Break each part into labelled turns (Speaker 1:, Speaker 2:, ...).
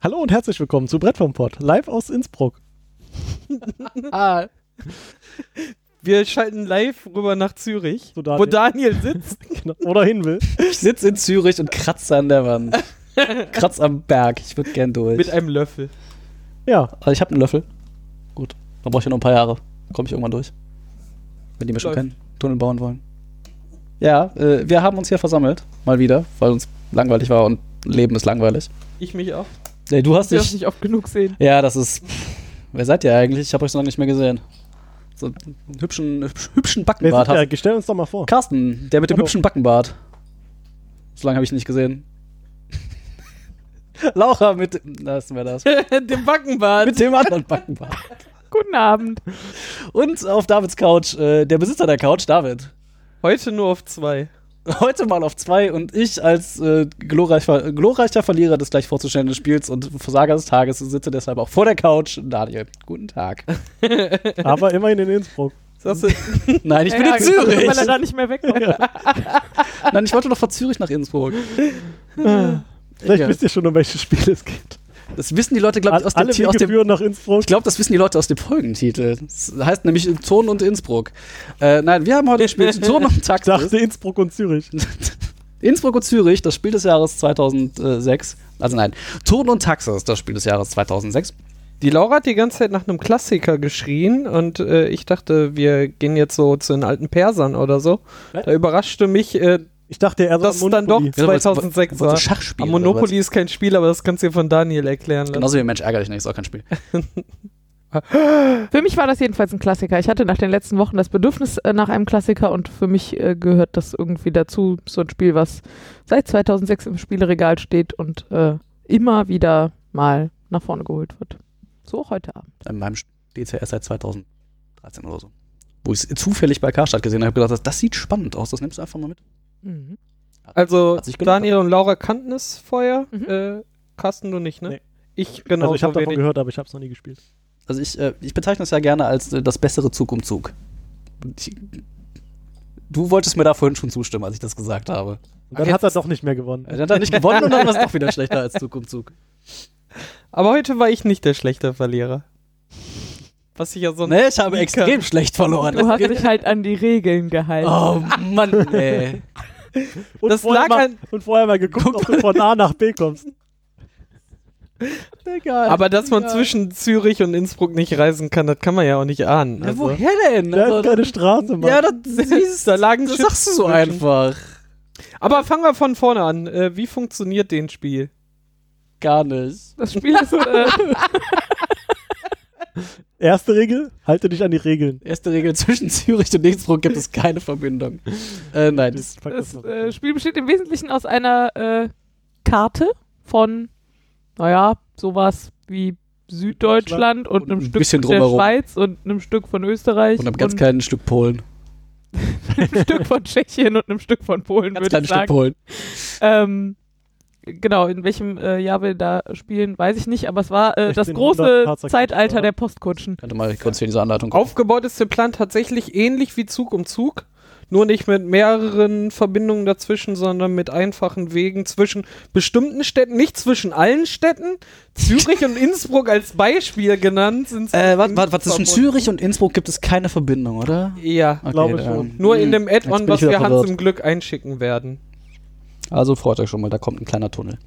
Speaker 1: Hallo und herzlich willkommen zu Brett vom Pott, live aus Innsbruck.
Speaker 2: Ah. Wir schalten live rüber nach Zürich,
Speaker 1: Zu Daniel.
Speaker 2: wo Daniel sitzt.
Speaker 1: Genau. Oder hin will.
Speaker 3: Ich sitze in Zürich und kratze an der Wand. Kratz am Berg. Ich würde gern durch.
Speaker 2: Mit einem Löffel.
Speaker 1: Ja,
Speaker 3: Aber ich habe einen Löffel. Gut. Dann brauche ich ja noch ein paar Jahre. Komme ich irgendwann durch. Wenn die mir schon
Speaker 2: Läuft.
Speaker 3: keinen Tunnel bauen wollen. Ja, äh, wir haben uns hier versammelt. Mal wieder, weil uns langweilig war und Leben ist langweilig.
Speaker 2: Ich mich auch.
Speaker 3: Nee, du hast
Speaker 2: Ich darf
Speaker 3: dich.
Speaker 2: nicht oft genug sehen.
Speaker 3: Ja, das ist. Wer seid ihr eigentlich? Ich habe euch so lange nicht mehr gesehen. So einen hübschen, hübsch- hübschen
Speaker 1: wer
Speaker 3: Backenbart
Speaker 1: sind,
Speaker 3: hast
Speaker 1: äh, stell uns doch mal vor.
Speaker 3: Carsten, der mit dem
Speaker 1: Hallo.
Speaker 3: hübschen Backenbart. So lange habe ich ihn nicht gesehen. Laura mit. Lassen wir das.
Speaker 2: Dem Backenbart.
Speaker 3: Mit dem anderen Backenbart.
Speaker 2: Guten Abend.
Speaker 3: Und auf Davids Couch, äh, der Besitzer der Couch, David.
Speaker 2: Heute nur auf zwei.
Speaker 3: Heute mal auf zwei und ich als äh, glorreicher, glorreicher Verlierer des gleich vorzustellenden Spiels und Versager des Tages sitze deshalb auch vor der Couch. Daniel, guten Tag.
Speaker 1: Aber immerhin in Innsbruck.
Speaker 2: Sagst du,
Speaker 3: Nein, ich bin in
Speaker 2: genau.
Speaker 4: Weil er
Speaker 3: Zürich.
Speaker 4: da nicht mehr weg war.
Speaker 3: Nein, ich wollte doch von Zürich nach Innsbruck.
Speaker 1: Vielleicht
Speaker 3: Ja.
Speaker 1: wisst ihr schon, um welches Spiel es geht.
Speaker 3: Das wissen die Leute, glaube ich, aus dem,
Speaker 1: Alle
Speaker 3: Ti-
Speaker 1: Wege
Speaker 3: aus dem
Speaker 1: führen nach Innsbruck.
Speaker 3: Ich glaube, das wissen die Leute aus dem Folgentitel. Das heißt nämlich Zonen und Innsbruck. Äh, nein, wir haben heute gespielt Zonen und
Speaker 1: Ich
Speaker 3: Taxis.
Speaker 1: dachte Innsbruck und Zürich.
Speaker 3: Innsbruck und Zürich, das Spiel des Jahres 2006. Also nein, Zonen und Taxis, das Spiel des Jahres 2006.
Speaker 2: die Laura hat die ganze Zeit nach einem Klassiker geschrien und äh, ich dachte, wir gehen jetzt so zu den alten Persern oder so.
Speaker 1: Was?
Speaker 2: Da überraschte mich, äh,
Speaker 1: Ich dachte eher so
Speaker 2: dass
Speaker 1: an
Speaker 2: dann doch
Speaker 1: Monopoly. Also
Speaker 3: Ja, aber es war-
Speaker 2: 2006
Speaker 3: es war so
Speaker 2: war.
Speaker 3: Schachspiel
Speaker 2: Am
Speaker 3: oder
Speaker 2: Monopoly ist kein Spiel, aber das kannst du dir von Daniel erklären lassen.
Speaker 3: Genauso wie Mensch ärgere dich nicht, ist auch kein Spiel. Genau.
Speaker 4: Für mich war das jedenfalls ein Klassiker. Ich hatte nach den letzten Wochen das Bedürfnis äh, nach einem Klassiker und für mich äh, gehört das irgendwie dazu. So ein Spiel, was seit 2006 im Spieleregal steht und äh, immer wieder mal nach vorne geholt wird. So auch heute Abend.
Speaker 3: In meinem DCS seit 2013 oder so. Wo ich es zufällig bei Karstadt gesehen habe, habe gedacht, das sieht spannend aus, das nimmst du einfach mal mit.
Speaker 4: Mhm.
Speaker 2: Also
Speaker 3: Hat sich gelohnt.
Speaker 2: Daniel und Laura kannten es vorher,
Speaker 4: Mhm.
Speaker 2: äh, Carsten du nicht, ne?
Speaker 1: Nee.
Speaker 2: Ich genau.
Speaker 1: also ich habe
Speaker 2: so
Speaker 1: davon
Speaker 2: wenig.
Speaker 1: gehört, aber ich habe es noch nie gespielt.
Speaker 3: Also ich, äh, ich bezeichne es ja gerne als äh, das bessere Zug um Zug. Und Ich, du wolltest mir da vorhin schon zustimmen, als ich das gesagt habe.
Speaker 1: Und dann
Speaker 2: Ach,
Speaker 1: hat er doch nicht mehr gewonnen.
Speaker 3: Dann hat er nicht gewonnen und dann war es doch wieder schlechter als Zug um Zug.
Speaker 2: Aber heute war ich nicht der schlechte Verlierer. Was ich ja sonst.
Speaker 3: Nee, Ne, ich habe extrem schlecht verloren.
Speaker 4: Du hast dich halt an die Regeln gehalten.
Speaker 3: oh Mann, ey.
Speaker 1: Und,
Speaker 2: Das
Speaker 1: vorher
Speaker 2: lag
Speaker 1: mal,
Speaker 2: an-
Speaker 1: und vorher mal geguckt, ob du von A nach B kommst.
Speaker 3: Egal.
Speaker 2: Aber dass man
Speaker 3: Ja.
Speaker 2: zwischen Zürich und Innsbruck nicht reisen kann, das kann man ja auch nicht ahnen.
Speaker 3: Na,
Speaker 2: Also,
Speaker 3: woher denn?
Speaker 1: Da ist
Speaker 3: Also,
Speaker 1: keine Straße, Mann.
Speaker 3: ja, das,
Speaker 2: da lagen
Speaker 3: das
Speaker 2: Chips
Speaker 3: sagst du so
Speaker 2: zwischen.
Speaker 3: einfach.
Speaker 2: Aber fangen wir von vorne an. Äh, wie funktioniert den Spiel?
Speaker 3: Gar nicht.
Speaker 4: Das Spiel ist äh,
Speaker 1: Erste Regel, halte dich an die Regeln.
Speaker 3: Erste Regel, zwischen Zürich und Innsbruck gibt es keine Verbindung. Äh, nein, das,
Speaker 1: Fuck,
Speaker 4: Das
Speaker 1: noch.
Speaker 4: äh, Spiel besteht im Wesentlichen aus einer äh, Karte von, naja, sowas wie Süddeutschland und,
Speaker 3: Und
Speaker 4: einem
Speaker 3: ein
Speaker 4: Stück
Speaker 3: bisschen
Speaker 4: der
Speaker 3: drumherum.
Speaker 4: Schweiz und einem Stück von Österreich
Speaker 3: und einem ganz kleinen Stück Polen.
Speaker 4: einem Stück von Tschechien und einem Stück von Polen,
Speaker 3: Ganz
Speaker 4: würde
Speaker 3: kleinen
Speaker 4: ich
Speaker 3: Stück
Speaker 4: sagen.
Speaker 3: Polen.
Speaker 4: Ähm, genau, in welchem äh, Jahr wir da spielen, weiß ich nicht, aber es war äh, das
Speaker 1: 1600
Speaker 4: große
Speaker 1: Fahrzeuge-
Speaker 4: Zeitalter
Speaker 1: oder?
Speaker 4: der Postkutschen.
Speaker 3: Könnte mal kurz hier in diese Anleitung gucken.
Speaker 2: Aufgebaut ist der Plan tatsächlich ähnlich wie Zug um Zug, nur nicht mit mehreren Verbindungen dazwischen, sondern mit einfachen Wegen zwischen bestimmten Städten, nicht zwischen allen Städten. Zürich und Innsbruck als Beispiel genannt sind.
Speaker 3: Äh, warte, warte, warte, zwischen
Speaker 2: verbunden.
Speaker 3: Zürich und Innsbruck gibt es keine Verbindung, oder?
Speaker 2: Ja,
Speaker 3: Okay,
Speaker 1: Glaube
Speaker 3: dann-
Speaker 1: schon.
Speaker 2: nur in
Speaker 3: Hm,
Speaker 2: dem
Speaker 3: jetzt
Speaker 2: Add-on,
Speaker 3: bin ich
Speaker 2: was
Speaker 3: wieder
Speaker 2: wir Hans
Speaker 3: verwirrt.
Speaker 2: im Glück einschicken werden.
Speaker 3: Also freut euch schon mal, da kommt ein kleiner Tunnel.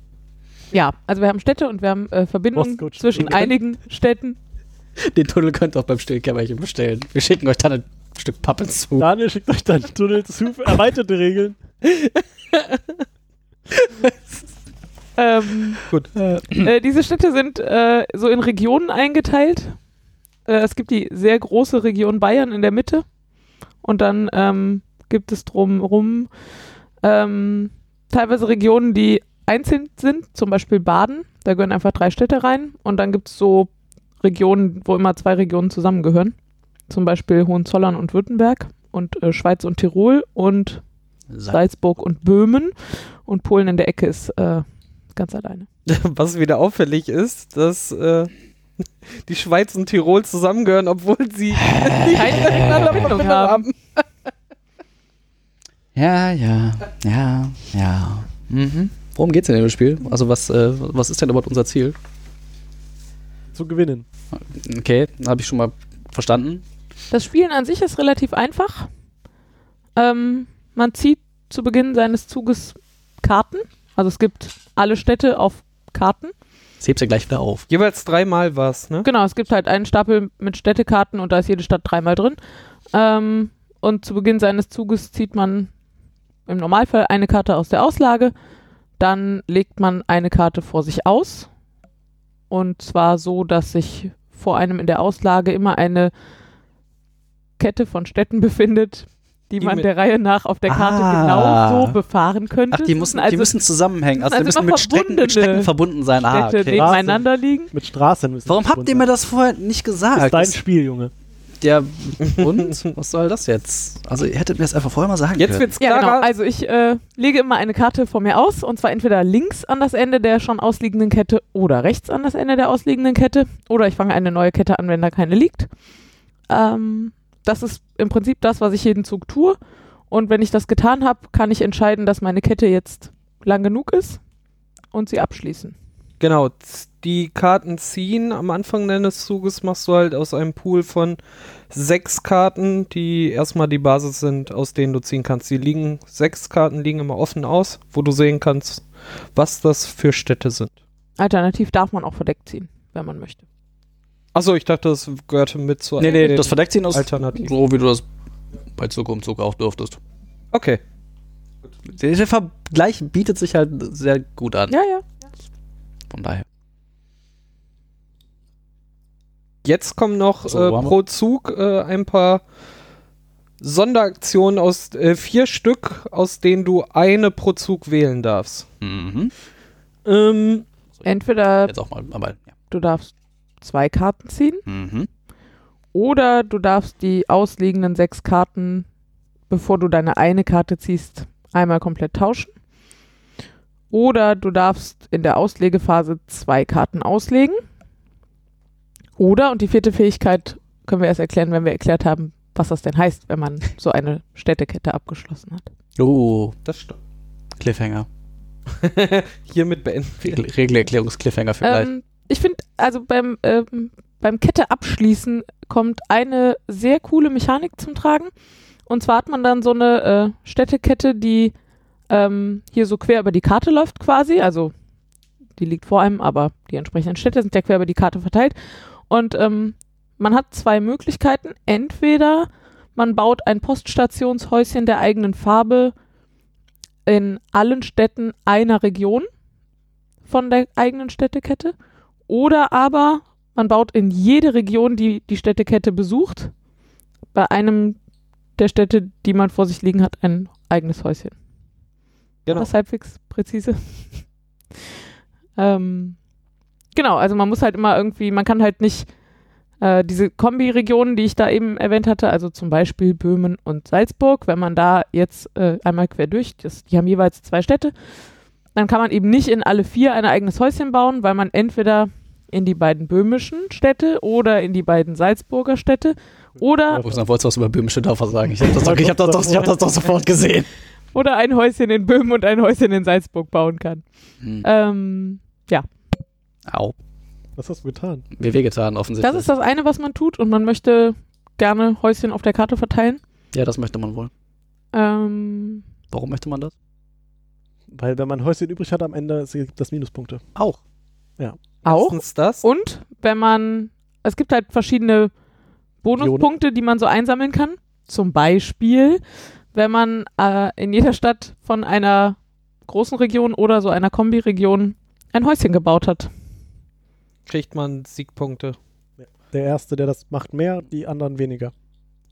Speaker 4: Ja, also wir haben Städte und wir haben äh, Verbindungen
Speaker 1: Postkutschen.
Speaker 4: zwischen einigen Städten.
Speaker 3: Den Tunnel könnt ihr auch beim Stillkämmerchen bestellen. Wir schicken euch dann ein Stück Pappe zu.
Speaker 1: Daniel schickt euch dann Tunnel zu, für erweiterte Regeln.
Speaker 4: Ähm,
Speaker 2: Gut.
Speaker 4: Äh, diese Städte sind äh, so in Regionen eingeteilt. Äh, es gibt die sehr große Region Bayern in der Mitte. Und dann ähm, gibt es drumherum ähm, teilweise Regionen, die einzeln sind, zum Beispiel Baden. Da gehören einfach drei Städte rein. Und dann gibt es so Regionen, wo immer zwei Regionen zusammengehören. Zum Beispiel Hohenzollern und Württemberg und äh, Schweiz und Tirol und Salzburg und Böhmen. Und Polen in der Ecke ist äh, ganz alleine.
Speaker 2: Was wieder auffällig ist, dass äh, die Schweiz und Tirol zusammengehören, obwohl sie keine miteinander Verbindung haben.
Speaker 3: Ja, ja, ja, ja. Mhm. Worum geht's denn in dem Spiel? Also was, äh, was ist denn überhaupt unser Ziel?
Speaker 1: zu gewinnen.
Speaker 3: Okay, habe ich schon mal verstanden.
Speaker 4: Das Spielen an sich ist relativ einfach. Ähm, man zieht zu Beginn seines Zuges Karten. Also es gibt alle Städte auf Karten.
Speaker 3: Das hebt ja gleich wieder auf.
Speaker 2: Jeweils dreimal was, ne?
Speaker 4: Genau, es gibt halt einen Stapel mit Städtekarten und da ist jede Stadt dreimal drin. Ähm, und zu Beginn seines Zuges zieht man im Normalfall eine Karte aus der Auslage. Dann legt man eine Karte vor sich aus. Und zwar so, dass sich vor einem in der Auslage immer eine Kette von Städten befindet, die,
Speaker 2: Die
Speaker 4: man
Speaker 2: mit-
Speaker 4: der Reihe nach auf der Karte
Speaker 3: Ah.
Speaker 4: genau so befahren könnte.
Speaker 3: Ach, die
Speaker 4: Es
Speaker 3: müssen,
Speaker 4: also
Speaker 3: die müssen zusammenhängen. Also, die
Speaker 4: also
Speaker 3: müssen
Speaker 4: immer
Speaker 3: mit Strecken,
Speaker 4: verbundene
Speaker 3: mit Strecken verbunden sein. Ah,
Speaker 4: Städte
Speaker 3: okay.
Speaker 4: nebeneinander liegen.
Speaker 1: Mit Straßen müssen
Speaker 3: Warum
Speaker 1: wir
Speaker 3: habt ihr mir das vorher nicht
Speaker 1: runter.
Speaker 3: gesagt?
Speaker 1: Ist dein Spiel, Junge.
Speaker 3: ja, und? Was soll das jetzt? Also, ihr hättet mir das einfach vorher mal sagen
Speaker 2: Jetzt
Speaker 3: können.
Speaker 2: wird's
Speaker 4: Ja,
Speaker 2: klarer.
Speaker 4: genau. Also ich äh, lege immer eine Karte vor mir aus und zwar entweder links an das Ende der schon ausliegenden Kette oder rechts an das Ende der ausliegenden Kette oder ich fange eine neue Kette an, wenn da keine liegt. Ähm, das ist im Prinzip das, was ich jeden Zug tue und wenn ich das getan habe, kann ich entscheiden, dass meine Kette jetzt lang genug ist und sie abschließen.
Speaker 2: Genau, z- die Karten ziehen. Am Anfang deines Zuges machst du halt aus einem Pool von sechs Karten, die erstmal die Basis sind, aus denen du ziehen kannst. Die liegen, sechs Karten liegen immer offen aus, wo du sehen kannst, was das für Städte sind.
Speaker 4: Alternativ darf man auch verdeckt ziehen, wenn man möchte.
Speaker 2: Achso, ich dachte, das gehörte mit zur
Speaker 3: Nee, nee,
Speaker 2: den
Speaker 3: das Verdeckziehen ist
Speaker 2: Alternativ.
Speaker 3: so, wie du das bei Zug um Zug auch durftest.
Speaker 2: Okay.
Speaker 3: Der Vergleich bietet sich halt sehr gut an.
Speaker 4: Ja, ja.
Speaker 3: Von daher.
Speaker 2: Jetzt kommen noch
Speaker 3: So,
Speaker 2: äh,
Speaker 3: wo haben wir-
Speaker 2: pro Zug äh, ein paar Sonderaktionen aus äh, vier Stück, aus denen du eine pro Zug wählen darfst.
Speaker 3: Mhm.
Speaker 2: Ähm,
Speaker 4: Entweder
Speaker 3: Jetzt auch mal. Aber, ja.
Speaker 4: du darfst zwei Karten ziehen
Speaker 3: mhm.
Speaker 4: Oder du darfst die ausliegenden sechs Karten, bevor du deine eine Karte ziehst, einmal komplett tauschen. Oder du darfst in der Auslegephase zwei Karten auslegen. Oder, und die vierte Fähigkeit können wir erst erklären, wenn wir erklärt haben, was das denn heißt, wenn man so eine Städtekette abgeschlossen hat.
Speaker 3: Oh,
Speaker 2: das stimmt.
Speaker 3: Cliffhanger.
Speaker 2: Hiermit beenden wir.
Speaker 3: Regel- Regelerklärungs-Cliffhanger vielleicht.
Speaker 4: Ähm, ich finde, also beim, ähm, beim Kette abschließen kommt eine sehr coole Mechanik zum Tragen. Und zwar hat man dann so eine äh, Städtekette, die ähm, hier so quer über die Karte läuft quasi. Also die liegt vor einem, aber die entsprechenden Städte sind ja quer über die Karte verteilt. Und ähm, man hat zwei Möglichkeiten. Entweder man baut ein Poststationshäuschen der eigenen Farbe in allen Städten einer Region von der eigenen Städtekette. Oder aber man baut in jede Region, die die Städtekette besucht, bei einem der Städte, die man vor sich liegen hat, ein eigenes Häuschen.
Speaker 2: Genau.
Speaker 4: Das ist halbwegs präzise. ähm, genau, also man muss halt immer irgendwie, man kann halt nicht äh, diese Kombi-Regionen, die ich da eben erwähnt hatte, also zum Beispiel Böhmen und Salzburg, wenn man da jetzt äh, einmal quer durch, das, die haben jeweils zwei Städte, dann kann man eben nicht in alle vier ein eigenes Häuschen bauen, weil man entweder in die beiden böhmischen Städte oder in die beiden Salzburger Städte oder,
Speaker 3: Wolfsam, wolltest du was über böhmische Dörfer sagen? Ich habe das, doch- ich hab das, doch- ich hab das doch sofort gesehen.
Speaker 4: oder ein Häuschen in Böhmen und ein Häuschen in Salzburg bauen kann.
Speaker 3: Hm.
Speaker 4: Ähm,
Speaker 3: Au.
Speaker 1: Was hast du getan?
Speaker 3: Mir wehgetan, offensichtlich.
Speaker 4: Das ist das eine, was man tut und man möchte gerne Häuschen auf der Karte verteilen.
Speaker 3: ja, das möchte man wohl.
Speaker 4: Ähm,
Speaker 3: Warum möchte man das?
Speaker 1: Weil wenn man ein Häuschen übrig hat am Ende, es gibt das Minuspunkte.
Speaker 3: Auch.
Speaker 4: auch.
Speaker 2: Erstens das.
Speaker 4: Und wenn man, es gibt halt verschiedene Bonuspunkte, die man so einsammeln kann. Zum Beispiel, wenn man äh, in jeder Stadt von einer großen Region oder so einer Kombi-Region ein Häuschen gebaut hat.
Speaker 2: kriegt man Siegpunkte.
Speaker 1: Der Erste, der das macht, mehr, die anderen weniger.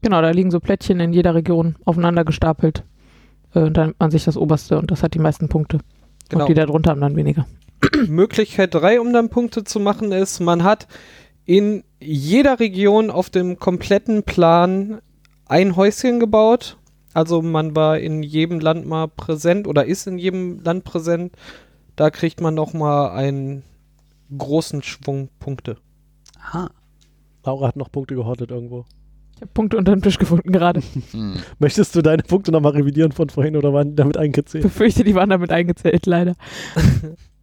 Speaker 4: Genau, da liegen so Plättchen in jeder Region aufeinander gestapelt. Äh, Und dann nimmt man sich das oberste und das hat die meisten Punkte.
Speaker 2: Genau.
Speaker 4: Und die da drunter haben dann weniger.
Speaker 2: Möglichkeit 3, um dann Punkte zu machen, ist, man hat in jeder Region auf dem kompletten Plan ein Häuschen gebaut. Also man war in jedem Land mal präsent oder ist in jedem Land präsent. Da kriegt man noch mal einen großen Schwung Punkte.
Speaker 3: Aha.
Speaker 1: Laura hat noch Punkte gehortet irgendwo.
Speaker 4: Ich habe Punkte unter dem Tisch gefunden gerade.
Speaker 3: Hm.
Speaker 1: Möchtest du deine Punkte nochmal revidieren von vorhin oder waren die damit eingezählt?
Speaker 4: befürchte, die waren damit eingezählt, leider.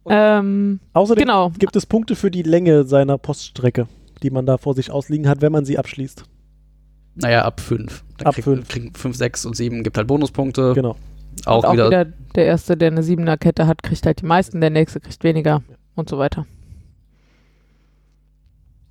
Speaker 4: Ähm,
Speaker 1: Außerdem
Speaker 4: genau.
Speaker 1: gibt es Punkte für die Länge seiner Poststrecke, die man da vor sich ausliegen hat, wenn man sie abschließt.
Speaker 3: Naja, ab 5.
Speaker 1: Ab fünf.
Speaker 3: 5. 5, 6 und 7 gibt halt Bonuspunkte.
Speaker 1: Genau.
Speaker 3: Auch,
Speaker 4: Und auch
Speaker 3: wieder.
Speaker 4: wieder der Erste, der eine Siebener Kette hat, kriegt halt die meisten, der Nächste kriegt weniger und so weiter.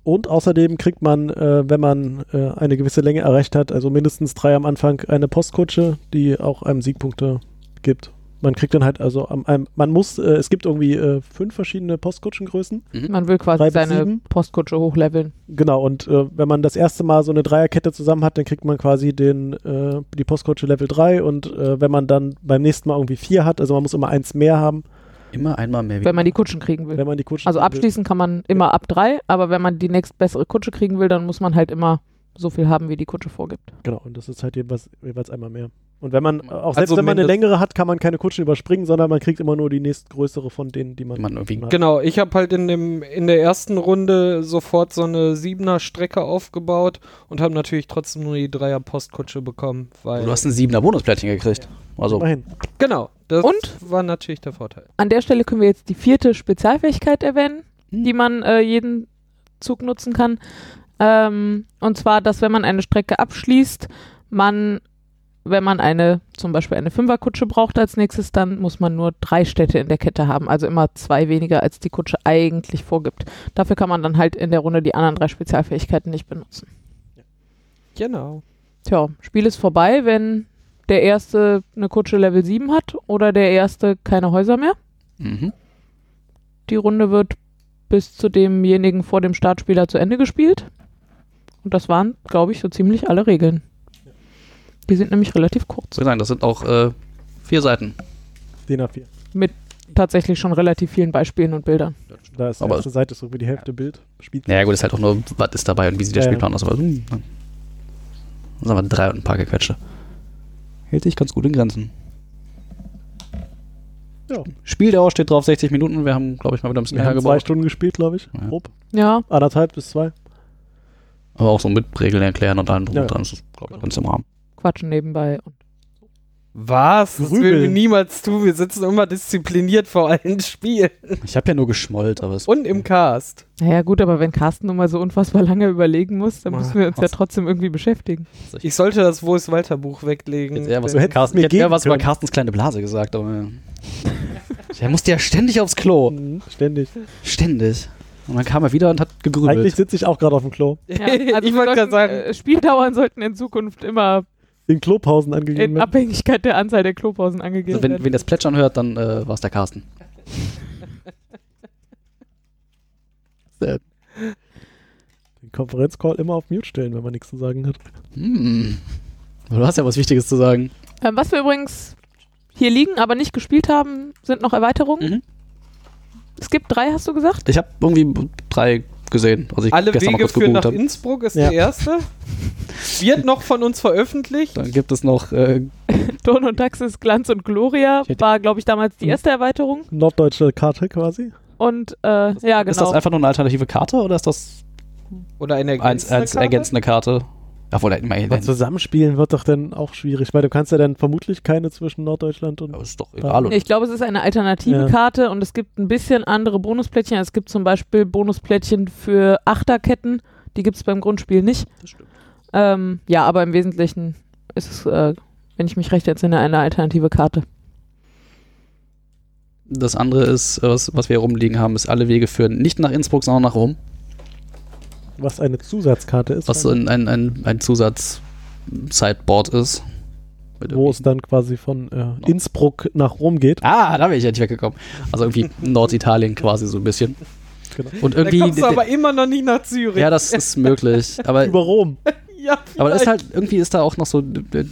Speaker 1: Und außerdem kriegt man, äh, wenn man äh, eine gewisse Länge erreicht hat, also mindestens drei am Anfang, eine Postkutsche, die auch einem Siegpunkte gibt. Man kriegt dann halt, also am, am, man muss, äh, es gibt irgendwie äh, fünf verschiedene Postkutschengrößen.
Speaker 4: Man will
Speaker 1: Drei
Speaker 4: quasi
Speaker 1: bis
Speaker 4: seine
Speaker 1: sieben.
Speaker 4: Postkutsche hochleveln.
Speaker 1: Genau, und äh, wenn man das erste Mal so eine Dreierkette zusammen hat, dann kriegt man quasi den, äh, die Postkutsche Level 3 und äh, wenn man dann beim nächsten Mal irgendwie vier hat, also man muss immer eins mehr haben,
Speaker 3: Immer einmal mehr.
Speaker 4: Wenn man die Kutschen kriegen will.
Speaker 1: wenn man die Kutschen.
Speaker 4: Also abschließen kann man immer ab drei, aber wenn man die nächst bessere Kutsche kriegen will, dann muss man halt immer so viel haben, wie die Kutsche vorgibt.
Speaker 1: Genau, und das ist halt jeweils, jeweils einmal mehr. Und wenn
Speaker 3: Genau.
Speaker 1: man, auch selbst
Speaker 2: Also
Speaker 1: wenn man eine
Speaker 2: mindest-
Speaker 1: längere hat, kann man keine Kutschen überspringen, sondern man kriegt immer nur die nächstgrößere von denen, die man.
Speaker 3: man irgendwie
Speaker 1: hat.
Speaker 2: Genau, ich habe halt in, dem, in der ersten Runde sofort so eine Siebener Strecke aufgebaut und habe natürlich trotzdem nur die Dreier Postkutsche bekommen, weil
Speaker 3: Du hast ein 7er Bonusplättchen gekriegt. Also,
Speaker 1: Immerhin.
Speaker 2: genau, das
Speaker 4: Und?
Speaker 2: war natürlich der Vorteil.
Speaker 4: An der Stelle können wir jetzt die vierte Spezialfähigkeit erwähnen,
Speaker 3: Hm.
Speaker 4: die man äh, jeden Zug nutzen kann. Ähm, und zwar, dass wenn man eine Strecke abschließt, man, wenn man eine, zum Beispiel eine Fünferkutsche braucht als nächstes, dann muss man nur drei Städte in der Kette haben, also immer zwei weniger, als die Kutsche eigentlich vorgibt. Dafür kann man dann halt in der Runde die anderen drei Spezialfähigkeiten nicht benutzen.
Speaker 2: Genau.
Speaker 4: Tja, Spiel ist vorbei, wenn der erste eine Kutsche Level 7 hat oder der erste keine Häuser mehr.
Speaker 3: mhm.
Speaker 4: Die Runde wird bis zu demjenigen vor dem Startspieler zu Ende gespielt. Und das waren, glaube ich, so ziemlich alle Regeln. Die sind nämlich relativ kurz.
Speaker 3: soll ich sagen, das sind auch äh, vier Seiten.
Speaker 1: Den A4.
Speaker 4: Tatsächlich schon relativ vielen Beispielen und Bildern.
Speaker 1: Da ist die
Speaker 3: Aber-
Speaker 1: erste Seite ist irgendwie die Hälfte Bild. Spielt
Speaker 3: Naja, gut, ist halt auch nur, was ist dabei und wie sieht der
Speaker 1: Ja, ja.
Speaker 3: Spielplan aus. Aber, hm, dann dann haben wir drei und ein paar gequetschte. Hält sich ganz gut in Grenzen.
Speaker 1: Ja.
Speaker 3: Spieldauer steht drauf 60 Minuten. Wir haben, glaube ich, mal wieder ein bisschen
Speaker 1: Wir
Speaker 3: länger
Speaker 1: haben zwei
Speaker 3: gebraucht.
Speaker 1: Stunden gespielt, glaube ich.
Speaker 3: Ja.
Speaker 1: Grob.
Speaker 4: Ja,
Speaker 1: Anderthalb bis zwei.
Speaker 3: Aber auch so mit Regeln erklären und allem drum
Speaker 1: Ja,
Speaker 3: und
Speaker 1: ja.
Speaker 3: dran. Das ist, glaube ich, ganz im Rahmen.
Speaker 4: quatschen nebenbei. Und
Speaker 2: Was? Das
Speaker 1: Grübeln.
Speaker 2: würden wir niemals tun. Wir sitzen immer diszipliniert vor allen Spielen
Speaker 3: Ich habe ja nur geschmollt, aber es
Speaker 2: und im Cast.
Speaker 4: naja, gut, aber wenn Carsten nun mal so unfassbar lange überlegen muss, dann müssen wir uns ja trotzdem irgendwie beschäftigen.
Speaker 2: Ich sollte das Wo ist Walter Buch weglegen.
Speaker 3: Jetzt eher was,
Speaker 1: Du hättest
Speaker 3: Carsten,
Speaker 1: mir
Speaker 3: ich hätte eher
Speaker 1: geben
Speaker 3: was über
Speaker 1: können.
Speaker 3: Carstens kleine Blase gesagt, aber. Der musste ja ständig aufs Klo.
Speaker 1: Mhm, ständig.
Speaker 3: Ständig. Und dann kam er wieder und hat gegrübelt.
Speaker 1: Eigentlich sitze ich auch gerade auf dem Klo.
Speaker 4: Ja, also
Speaker 2: ich wollte gerade
Speaker 4: sollten,
Speaker 2: sagen,
Speaker 4: äh, Spieldauern sollten in Zukunft immer
Speaker 1: In Klopausen
Speaker 4: in
Speaker 1: angegeben. werden.
Speaker 4: Abhängigkeit der Anzahl der Klopausen angegeben
Speaker 3: ne? Also wenn,
Speaker 4: werden.
Speaker 3: wenn das Plätschern hört, dann äh, war es der Carsten.
Speaker 1: Den Konferenzcall immer auf Mute stellen, wenn man nichts zu sagen hat.
Speaker 3: Hm. Aber Du hast ja was Wichtiges zu sagen.
Speaker 4: Ähm, was wir übrigens hier liegen, aber nicht gespielt haben, sind noch Erweiterungen.
Speaker 3: Mhm.
Speaker 4: Es gibt drei, hast du gesagt?
Speaker 3: Ich habe irgendwie drei gesehen, als ich
Speaker 2: Alle
Speaker 3: gestern mal
Speaker 2: Wege
Speaker 3: kurz
Speaker 2: führen nach
Speaker 3: gegoogelt habe.
Speaker 2: Innsbruck ist
Speaker 1: Ja.
Speaker 2: der erste. Wird noch von uns veröffentlicht.
Speaker 3: Dann gibt es noch äh,
Speaker 4: Don und Taxis, Glanz und Gloria
Speaker 3: Ich hätte- Mhm.
Speaker 4: war, glaube ich, damals die erste Erweiterung.
Speaker 1: Norddeutsche Karte quasi.
Speaker 4: Und äh, ja,
Speaker 3: Ist das
Speaker 4: genau.
Speaker 3: einfach nur eine alternative Karte oder ist das
Speaker 2: Oder eine
Speaker 3: eins,
Speaker 2: ergänzende
Speaker 3: eins
Speaker 2: Karte?
Speaker 3: ergänzende Karte? Obwohl, ich meine,
Speaker 1: Aber zusammenspielen wird doch dann auch schwierig, weil du kannst ja dann vermutlich keine zwischen Norddeutschland und.
Speaker 3: ja, ist doch egal.
Speaker 4: Nee,
Speaker 3: oder?
Speaker 4: Ich glaube, es ist eine alternative
Speaker 1: Ja.
Speaker 4: Karte und es gibt ein bisschen andere Bonusplättchen. Es gibt zum Beispiel Bonusplättchen für Achterketten. Die gibt es beim Grundspiel nicht.
Speaker 3: Das stimmt.
Speaker 4: Ähm, ja, aber im Wesentlichen ist es, äh, wenn ich mich recht entsinne, eine alternative Karte.
Speaker 3: Das andere ist, äh, was, was wir hier rumliegen haben, ist alle Wege führen nicht nach Innsbruck, sondern nach Rom.
Speaker 1: Was eine Zusatzkarte ist,
Speaker 3: Was so ein, ein, ein, ein Zusatz-Sideboard ist. Mit
Speaker 1: wo
Speaker 3: irgendwie-
Speaker 1: es dann quasi von äh, Innsbruck nach Rom geht.
Speaker 3: Ah, da bin ich ja nicht weggekommen. Also irgendwie Norditalien quasi so ein bisschen.
Speaker 1: Genau.
Speaker 3: Und
Speaker 2: Da kommst
Speaker 3: irgendwie.
Speaker 2: du aber immer noch nicht nach Zürich.
Speaker 3: ja, das ist möglich. Aber,
Speaker 1: Über Rom.
Speaker 2: Ja,
Speaker 3: aber das ist
Speaker 2: vielleicht.
Speaker 3: halt, irgendwie ist da auch noch so, äh,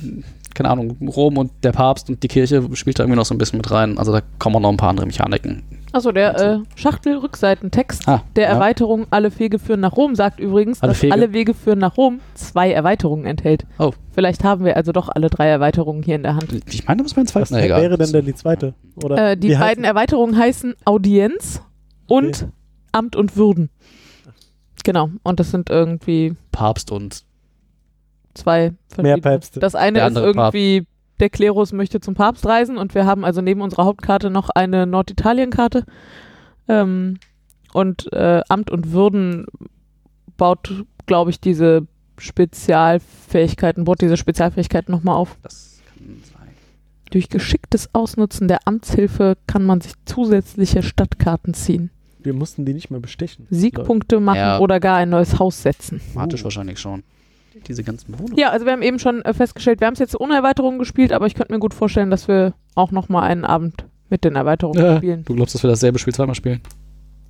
Speaker 3: keine Ahnung, Rom und der Papst und die Kirche spielt da irgendwie noch so ein bisschen mit rein. Also da kommen auch noch ein paar andere Mechaniken.
Speaker 4: Achso, der äh, Schachtelrückseitentext
Speaker 3: Ah,
Speaker 4: der
Speaker 3: ja.
Speaker 4: Erweiterung Alle Wege führen nach Rom sagt übrigens,
Speaker 3: Alle
Speaker 4: dass
Speaker 3: Wege?
Speaker 4: Alle Wege führen nach Rom zwei Erweiterungen enthält.
Speaker 3: Oh.
Speaker 4: Vielleicht haben wir also doch alle drei Erweiterungen hier in der Hand.
Speaker 3: Ich meine, da muss man zwei.
Speaker 1: Was wäre denn denn die zweite? Oder
Speaker 4: Äh, die
Speaker 1: wie heißt
Speaker 4: beiden Erweiterungen heißen Audienz und Amt und Würden. Genau, und das sind irgendwie
Speaker 3: Papst und
Speaker 4: zwei
Speaker 1: mehr
Speaker 4: verschiedene.
Speaker 1: Päpste?
Speaker 4: Das eine
Speaker 3: Der
Speaker 4: ist
Speaker 3: andere Papst.
Speaker 4: irgendwie, der Klerus möchte zum Papst reisen und wir haben also neben unserer Hauptkarte noch eine Norditalien-Karte. Ähm, und äh, Amt und Würden baut, glaube ich, diese Spezialfähigkeiten, baut diese Spezialfähigkeiten nochmal auf.
Speaker 3: Das kann sein.
Speaker 4: Durch geschicktes Ausnutzen der Amtshilfe kann man sich zusätzliche Stadtkarten ziehen,
Speaker 1: Wir mussten die nicht mal bestechen.
Speaker 4: Siegpunkte machen
Speaker 3: Ja.
Speaker 4: oder gar ein neues Haus setzen.
Speaker 3: Thematisch wahrscheinlich schon. Diese ganzen Bonus.
Speaker 4: Ja, also wir haben eben schon äh, festgestellt, wir haben es jetzt ohne Erweiterung gespielt, aber ich könnte mir gut vorstellen, dass wir auch nochmal einen Abend mit den Erweiterungen
Speaker 3: Äh,
Speaker 4: spielen.
Speaker 3: du glaubst, dass wir dasselbe Spiel zweimal spielen?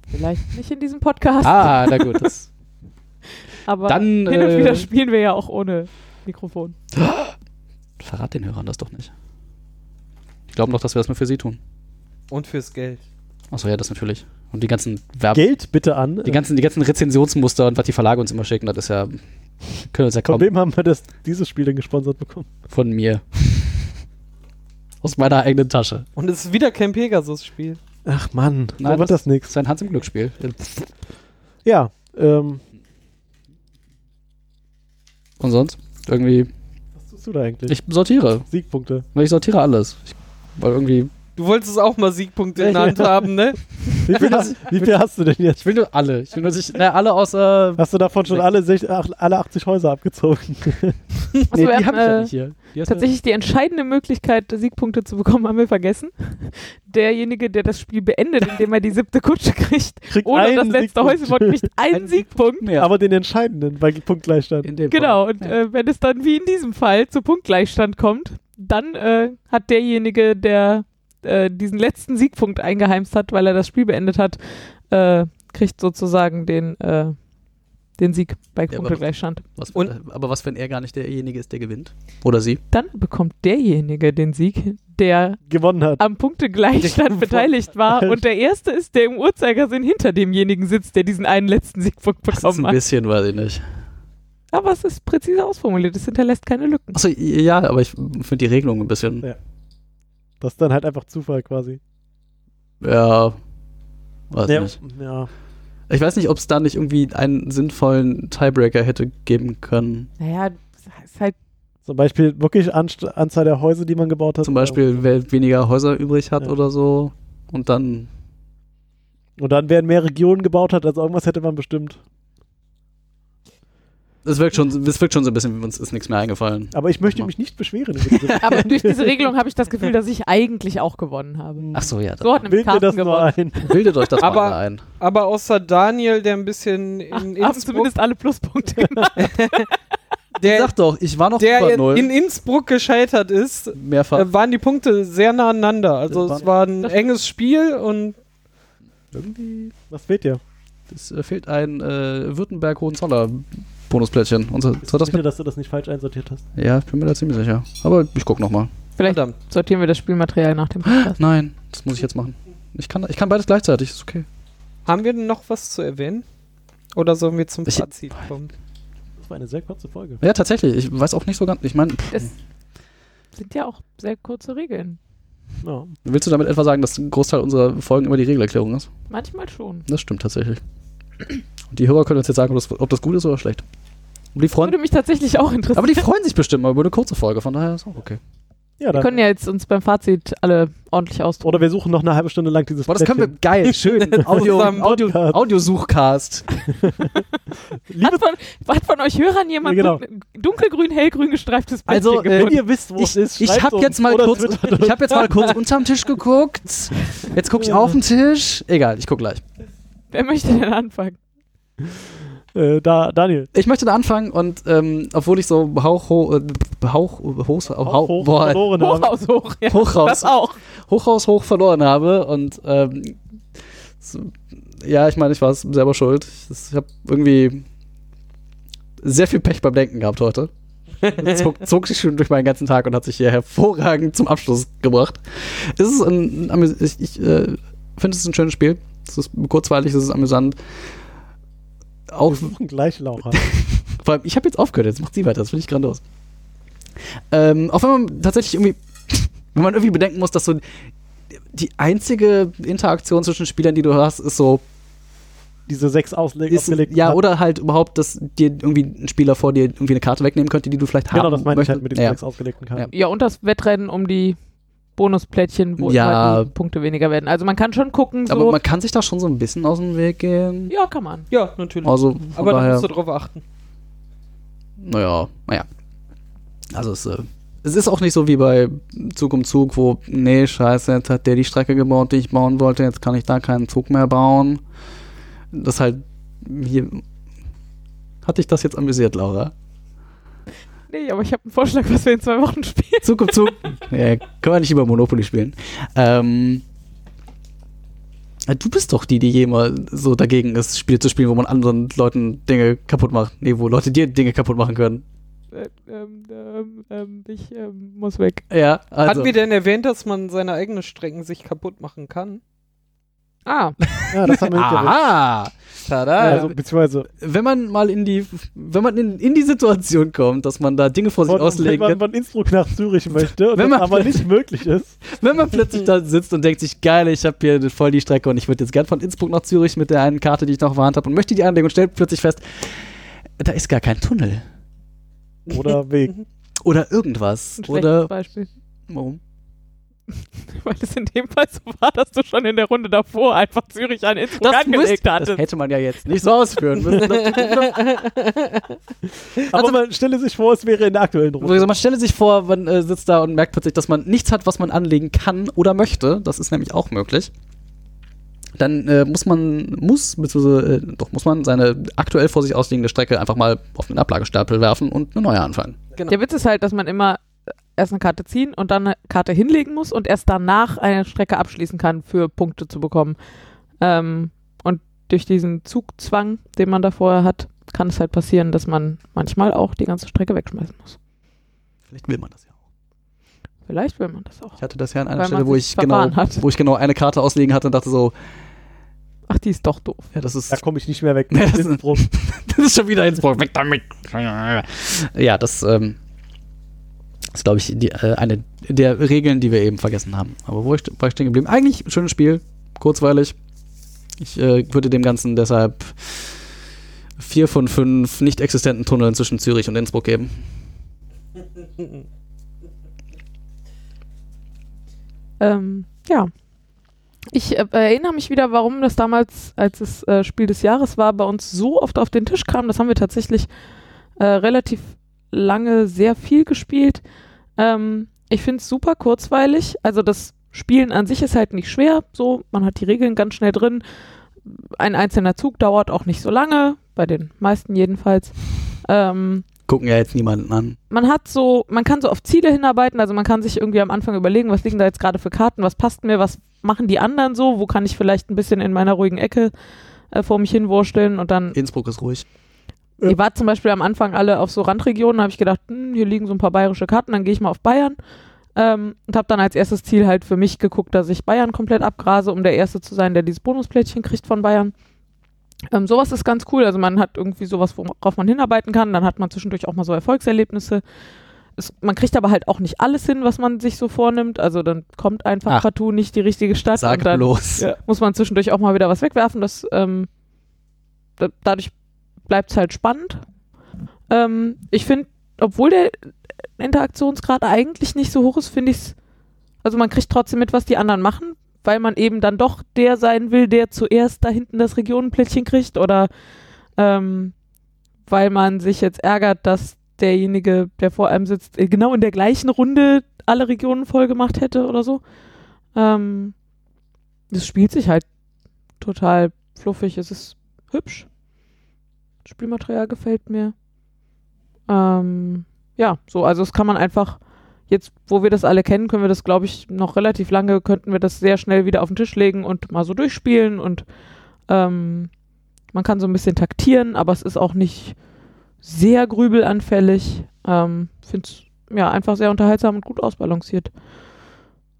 Speaker 4: Vielleicht nicht in diesem Podcast,
Speaker 3: Ah, na gut. Das,
Speaker 4: aber
Speaker 3: dann
Speaker 4: hin und
Speaker 3: äh,
Speaker 4: wieder spielen wir ja auch ohne Mikrofon.
Speaker 3: verrat den Hörern das doch nicht. Ich glaube noch, dass wir das nur für sie tun.
Speaker 2: Und fürs Geld.
Speaker 3: Achso, ja, das natürlich. Und die ganzen Werb
Speaker 1: Geld bitte an.
Speaker 3: die ganzen, die ganzen Rezensionsmuster und was die Verlage uns immer schicken, das ist ja. Können wir uns ja
Speaker 1: Von
Speaker 3: kaum
Speaker 1: wem haben wir das, dieses Spiel denn gesponsert bekommen?
Speaker 3: von mir. Aus meiner eigenen Tasche.
Speaker 2: Und es ist wieder kein Pegasus-Spiel.
Speaker 1: Ach Mann,
Speaker 3: Nein,
Speaker 1: so wird das
Speaker 3: Das
Speaker 1: nichts.
Speaker 3: ist ein Hans im Glücksspiel.
Speaker 1: Ja, ähm,
Speaker 3: Und sonst? Irgendwie.
Speaker 1: was tust du da eigentlich?
Speaker 3: Ich sortiere.
Speaker 1: Siegpunkte.
Speaker 3: Ich sortiere alles. Ich, weil irgendwie.
Speaker 2: Du wolltest auch mal Siegpunkte in der Hand
Speaker 1: Ja.
Speaker 2: haben, ne?
Speaker 1: Wie viel, hast, wie viel hast du denn jetzt?
Speaker 3: Ich will nur alle. Ich will nur sich. Na, alle außer.
Speaker 1: Hast du davon schon
Speaker 3: Sechs.
Speaker 1: alle, sech, ach, alle 80 Häuser abgezogen?
Speaker 4: Also wir haben,
Speaker 3: hab
Speaker 4: äh,
Speaker 3: hier. Die hast du-
Speaker 4: Tatsächlich die entscheidende Möglichkeit, Siegpunkte zu bekommen, haben wir vergessen. Derjenige, der das Spiel beendet, indem er die siebte Kutsche kriegt,
Speaker 1: Kriegt
Speaker 4: ohne
Speaker 1: einen
Speaker 4: das letzte
Speaker 1: Siegpunkt.
Speaker 4: Häuserwort, kriegt einen
Speaker 3: Einen
Speaker 4: Siegpunkt.
Speaker 3: mehr.
Speaker 1: Aber den entscheidenden bei Punktgleichstand.
Speaker 3: In dem
Speaker 4: Genau,
Speaker 3: Fall.
Speaker 4: und äh, wenn es dann wie in diesem Fall zu Punktgleichstand kommt, dann äh, hat derjenige, der äh, diesen letzten Siegpunkt eingeheimst hat, weil er das Spiel beendet hat, äh, kriegt sozusagen den, äh, den Sieg bei
Speaker 3: aber-
Speaker 4: Punktgleichstand.
Speaker 3: Was,
Speaker 2: Und-
Speaker 3: äh, aber was, wenn er gar nicht derjenige ist, der gewinnt? Oder sie?
Speaker 4: Dann bekommt derjenige den Sieg, der
Speaker 1: Gewonnen hat.
Speaker 4: am Punktegleichstand beteiligt war und der Erste ist, der im Uhrzeigersinn hinter demjenigen sitzt, der diesen einen letzten Siegpunkt bekommen hat.
Speaker 3: bisschen, weiß ich nicht.
Speaker 4: Aber es ist präzise ausformuliert, es hinterlässt keine Lücken.
Speaker 3: Achso, ja, aber ich finde die Regelung ein bisschen.
Speaker 1: Das ist dann halt einfach Zufall quasi.
Speaker 3: Ja. Weiß
Speaker 1: Ja,
Speaker 3: nicht.
Speaker 1: ja.
Speaker 3: Ich weiß nicht, ob es da nicht irgendwie einen sinnvollen Tiebreaker hätte geben können.
Speaker 4: Naja, ist halt
Speaker 1: Zum Beispiel wirklich Anst Anzahl der Häuser, die man gebaut hat.
Speaker 3: Zum Beispiel, wer weniger Häuser übrig hat
Speaker 1: Ja.
Speaker 3: oder so. Und dann.
Speaker 1: Und dann werden mehr Regionen gebaut hat, also irgendwas hätte man bestimmt.
Speaker 3: Es wirkt schon, es wirkt schon so ein bisschen, wie uns ist nichts mehr eingefallen.
Speaker 1: Aber ich möchte
Speaker 3: Mach.
Speaker 1: mich nicht beschweren. über diese-
Speaker 4: Aber durch diese Regelung habe ich das Gefühl, dass ich eigentlich auch gewonnen habe.
Speaker 3: Ach so, ja.
Speaker 4: So
Speaker 3: Dann
Speaker 4: hat
Speaker 1: Bild
Speaker 4: nämlich
Speaker 1: mir
Speaker 4: Karten
Speaker 1: das nur
Speaker 4: gewonnen.
Speaker 1: ein.
Speaker 3: bildet euch das
Speaker 2: Aber-
Speaker 3: mal ein.
Speaker 2: Aber außer Daniel, der ein bisschen in
Speaker 4: Haben
Speaker 2: Innsbruck,
Speaker 4: zumindest alle Pluspunkte gemacht.
Speaker 2: der,
Speaker 3: Sag doch, ich war noch
Speaker 2: der
Speaker 3: über
Speaker 2: in,
Speaker 3: null.
Speaker 2: in Innsbruck gescheitert ist, äh,
Speaker 3: Mehrfach.
Speaker 2: waren die Punkte sehr nah aneinander. Also
Speaker 1: Das
Speaker 2: es war ein enges Spiel und
Speaker 3: irgendwie.
Speaker 1: Was fehlt dir?
Speaker 3: Es äh, fehlt ein äh, Württemberg-Hohenzoller-Bonusplättchen. Unser, soll das
Speaker 1: Sicher,
Speaker 3: mit?
Speaker 1: dass du das nicht falsch einsortiert hast.
Speaker 3: Ja, ich bin mir da ziemlich sicher. Aber ich guck nochmal.
Speaker 4: Vielleicht
Speaker 2: verdammt.
Speaker 4: sortieren wir das Spielmaterial nach dem Podcast.
Speaker 3: Nein, das muss ich jetzt machen. Ich kann, ich kann beides gleichzeitig, ist okay.
Speaker 2: Haben wir denn noch was zu erwähnen? Oder sollen wir zum
Speaker 3: Ich-
Speaker 2: Fazit kommen?
Speaker 1: Das war eine sehr kurze Folge.
Speaker 3: Ja, tatsächlich. Ich weiß auch nicht so ganz. Ich meine,
Speaker 4: Das sind ja auch sehr kurze Regeln.
Speaker 1: Ja.
Speaker 3: willst du damit etwa sagen, dass ein Großteil unserer Folgen immer die Regelerklärung ist?
Speaker 4: Manchmal schon.
Speaker 3: Das stimmt tatsächlich. Und die Hörer können uns jetzt sagen, ob das, ob das gut ist oder schlecht. Und die freuen,
Speaker 4: Würde mich tatsächlich auch interessieren.
Speaker 3: aber die freuen sich bestimmt mal über eine kurze Folge, von daher ist auch okay.
Speaker 1: ja
Speaker 4: wir
Speaker 1: dann.
Speaker 4: können ja jetzt uns beim Fazit alle ordentlich austoben.
Speaker 1: Oder wir suchen noch eine halbe Stunde lang dieses
Speaker 3: Boah, das können wir
Speaker 1: Plättchen.
Speaker 3: geil, schön. Audio,
Speaker 2: Zusammen
Speaker 3: Audio,
Speaker 1: Podcast.
Speaker 3: Audiosuchcast.
Speaker 4: Hat von, hat von euch Hörern jemand
Speaker 1: Ja, genau.
Speaker 4: dun- dunkelgrün, hellgrün gestreiftes Plättchen
Speaker 3: Also, äh,
Speaker 4: gefunden?
Speaker 1: Wenn ihr wisst, wo es
Speaker 3: Ich,
Speaker 1: ist,
Speaker 3: ich
Speaker 1: schreibt
Speaker 3: habe
Speaker 1: uns
Speaker 3: jetzt mal
Speaker 1: oder
Speaker 3: kurz,
Speaker 1: twittert
Speaker 3: ich hab jetzt mal kurz unterm Tisch geguckt. Jetzt gucke ich auf den Tisch. Egal, ich guck gleich.
Speaker 4: Wer möchte denn anfangen?
Speaker 1: Äh, da, Daniel.
Speaker 3: Ich möchte da anfangen und ähm, obwohl ich so hauch, ho, äh, hauch, hoch, hauch,
Speaker 1: hoch
Speaker 3: Oh, boah,
Speaker 1: verloren haben.
Speaker 4: Hochhaus hoch. Ja.
Speaker 3: hoch raus,
Speaker 4: Das auch.
Speaker 3: hoch raus, hoch verloren habe und ähm, so, ja, ich meine, ich war es selber schuld. Ich, ich habe irgendwie sehr viel Pech beim Denken gehabt heute. Das zog, zog sich schon durch meinen ganzen Tag und hat sich hier hervorragend zum Abschluss gebracht. Es ist ein, ein amüs- ich, ich äh, finde es ist ein schönes Spiel. Es ist kurzweilig, es ist amüsant. Auch
Speaker 1: Wir suchen gleich Laura.
Speaker 3: vor allem, ich habe jetzt aufgehört, jetzt macht sie weiter, das finde ich grandios. Ähm, auch wenn man tatsächlich irgendwie, wenn man irgendwie bedenken muss, dass so die einzige Interaktion zwischen Spielern, die du hast, ist so,
Speaker 1: Diese sechs Ausleg
Speaker 3: ist,
Speaker 1: aufgelegten
Speaker 3: ja,
Speaker 1: Karten.
Speaker 3: oder halt überhaupt, dass dir irgendwie ein Spieler vor dir irgendwie eine Karte wegnehmen könnte, die du vielleicht
Speaker 1: Genau,
Speaker 3: haben
Speaker 1: das meine ich
Speaker 3: möchtest.
Speaker 1: halt mit den
Speaker 3: ja.
Speaker 1: sechs ausgelegten Karten.
Speaker 4: Ja, und das Wettrennen um die Bonusplättchen, wo
Speaker 3: Ja.
Speaker 4: immer die Punkte weniger werden. Also man kann schon gucken, so.
Speaker 3: Aber man kann sich da schon so ein bisschen aus dem Weg gehen.
Speaker 4: ja, kann man.
Speaker 2: Ja, natürlich.
Speaker 3: Also, von
Speaker 2: Aber da
Speaker 3: daher,
Speaker 2: musst du drauf achten.
Speaker 3: naja, naja. Also, es, äh, es ist auch nicht so wie bei Zug um Zug, wo, nee, scheiße, jetzt hat der die Strecke gebaut, die ich bauen wollte, jetzt kann ich da keinen Zug mehr bauen. Das halt, hier, hat dich das jetzt amüsiert, Laura?
Speaker 4: Nee, aber ich habe einen Vorschlag, was wir in zwei Wochen spielen.
Speaker 3: Zug um Zug. ja, können wir nicht über Monopoly spielen. Ähm, äh, du bist doch die, die immer so dagegen ist, Spiele zu spielen, wo man anderen Leuten Dinge kaputt macht. Nee, wo Leute dir Dinge kaputt machen können.
Speaker 4: Äh, ähm, ähm, ähm, ich ähm, muss weg.
Speaker 3: Ja, also.
Speaker 2: Hatten wir denn erwähnt, dass man seine eigenen Strecken sich kaputt machen kann?
Speaker 4: Ah,
Speaker 1: Ja, das haben wir nicht erwähnt.
Speaker 3: Aha! Tada!
Speaker 1: Also, beziehungsweise,
Speaker 3: wenn man mal in die, wenn man in, in die Situation kommt, dass man da Dinge vor sich
Speaker 1: von, wenn
Speaker 3: auslegen
Speaker 1: man
Speaker 3: kann,
Speaker 1: von Innsbruck nach Zürich möchte, und
Speaker 3: Wenn
Speaker 1: wenn
Speaker 3: man-
Speaker 1: das aber nicht möglich ist,
Speaker 3: wenn man plötzlich da sitzt und denkt sich, geil, ich habe hier voll die Strecke und ich würde jetzt gern von Innsbruck nach Zürich mit der einen Karte, die ich noch verhandelt habe, und möchte die anlegen und stellt plötzlich fest, da ist gar kein Tunnel.
Speaker 1: oder Weg.
Speaker 3: Oder irgendwas.
Speaker 4: ein schlechtes
Speaker 3: Oder.
Speaker 4: Beispiel.
Speaker 3: Warum?
Speaker 4: Weil es in dem Fall so war, dass du schon in der Runde davor einfach Zürich an Innsbruck
Speaker 3: Das,
Speaker 4: angelegt
Speaker 3: müsst, das
Speaker 1: Also
Speaker 4: hattest.
Speaker 3: hätte man ja jetzt nicht so ausführen müssen. Das,
Speaker 1: Aber man stelle sich vor, es wäre in der aktuellen Runde.
Speaker 3: also man stelle sich vor, man äh, sitzt da und merkt plötzlich, dass man nichts hat, was man anlegen kann oder möchte. Das ist nämlich auch möglich. Dann äh, muss man, muss, beziehungsweise, äh, doch muss man seine aktuell vor sich ausliegende Strecke einfach mal auf den Ablagestapel werfen und eine neue anfangen.
Speaker 4: Der Witz ist halt, dass man immer erst eine Karte ziehen und dann eine Karte hinlegen muss und erst danach eine Strecke abschließen kann, für Punkte zu bekommen. Ähm, und durch diesen Zugzwang, den man da vorher hat, kann es halt passieren, dass man manchmal auch die ganze Strecke wegschmeißen muss.
Speaker 3: Vielleicht will man das ja auch.
Speaker 4: Vielleicht will man das auch.
Speaker 3: Ich hatte das ja an einer
Speaker 4: Weil
Speaker 3: Stelle,
Speaker 4: man
Speaker 3: wo
Speaker 4: sich
Speaker 3: ich, genau,
Speaker 4: verfahren hat.
Speaker 3: wo ich genau eine Karte auslegen hatte und dachte so,
Speaker 4: Ach, die ist doch doof.
Speaker 3: ja, das ist
Speaker 1: Da komme ich nicht mehr weg.
Speaker 3: Ja, das-
Speaker 1: Innsbruck.
Speaker 3: Das ist schon wieder Innsbruck. Weg damit. Ja, das ähm, ist, glaube ich, die, äh, eine der Regeln, die wir eben vergessen haben. Aber wo ich, war ich stehen geblieben? Eigentlich ein schönes Spiel, kurzweilig. Ich äh, würde dem Ganzen deshalb vier von fünf nicht existenten Tunneln zwischen Zürich und Innsbruck geben.
Speaker 4: Ähm, ja. Ich äh, erinnere mich wieder, warum das damals, als es äh, Spiel des Jahres war, bei uns so oft auf den Tisch kam. Das haben wir tatsächlich äh, relativ lange sehr viel gespielt. Ähm, ich finde es super kurzweilig. Also das Spielen an sich ist halt nicht schwer. So, man hat die Regeln ganz schnell drin. Ein einzelner Zug dauert auch nicht so lange, bei den meisten jedenfalls. Ähm,
Speaker 3: Gucken ja jetzt niemanden an.
Speaker 4: man hat so, man kann so auf Ziele hinarbeiten, also man kann sich irgendwie am Anfang überlegen, was liegen da jetzt gerade für Karten, was passt mir, was machen die anderen so, wo kann ich vielleicht ein bisschen in meiner ruhigen Ecke äh, vor mich hinwurschteln und dann,
Speaker 3: Innsbruck ist ruhig.
Speaker 1: Ja.
Speaker 4: ihr wart zum Beispiel am Anfang alle auf so Randregionen, habe ich gedacht, hm, hier liegen so ein paar bayerische Karten, dann gehe ich mal auf Bayern ähm, und habe dann als erstes Ziel halt für mich geguckt, dass ich Bayern komplett abgrase, um der Erste zu sein, der dieses Bonusplättchen kriegt von Bayern. Ähm, sowas ist ganz cool, also man hat irgendwie sowas, worauf man hinarbeiten kann, dann hat man zwischendurch auch mal so Erfolgserlebnisse es, man kriegt aber halt auch nicht alles hin, was man sich so vornimmt. Also dann kommt einfach
Speaker 3: Ach.
Speaker 4: partout nicht die richtige Stadt
Speaker 3: Sag
Speaker 4: und dann
Speaker 3: bloß.
Speaker 2: Ja.
Speaker 4: muss man zwischendurch auch mal wieder was wegwerfen. Das, ähm, da, dadurch bleibt es halt spannend. Ähm, ich finde, obwohl der Interaktionsgrad eigentlich nicht so hoch ist, finde ich es, also man kriegt trotzdem mit, was die anderen machen, weil man eben dann doch der sein will, der zuerst da hinten das Regionenplättchen kriegt oder ähm, weil man sich jetzt ärgert, dass derjenige, der vor einem sitzt, äh, genau in der gleichen Runde alle Regionen voll gemacht hätte oder so. Ähm, das spielt sich halt total fluffig. Es ist hübsch. Das Spielmaterial gefällt mir. Ähm, ja, so, also das kann man einfach, jetzt wo wir das alle kennen, können wir das, glaube ich, noch relativ lange, könnten wir das sehr schnell wieder auf den Tisch legen und mal so durchspielen und ähm, man kann so ein bisschen taktieren, aber es ist auch nicht sehr grübelanfällig. Ähm, Finde es ja einfach sehr unterhaltsam und gut ausbalanciert.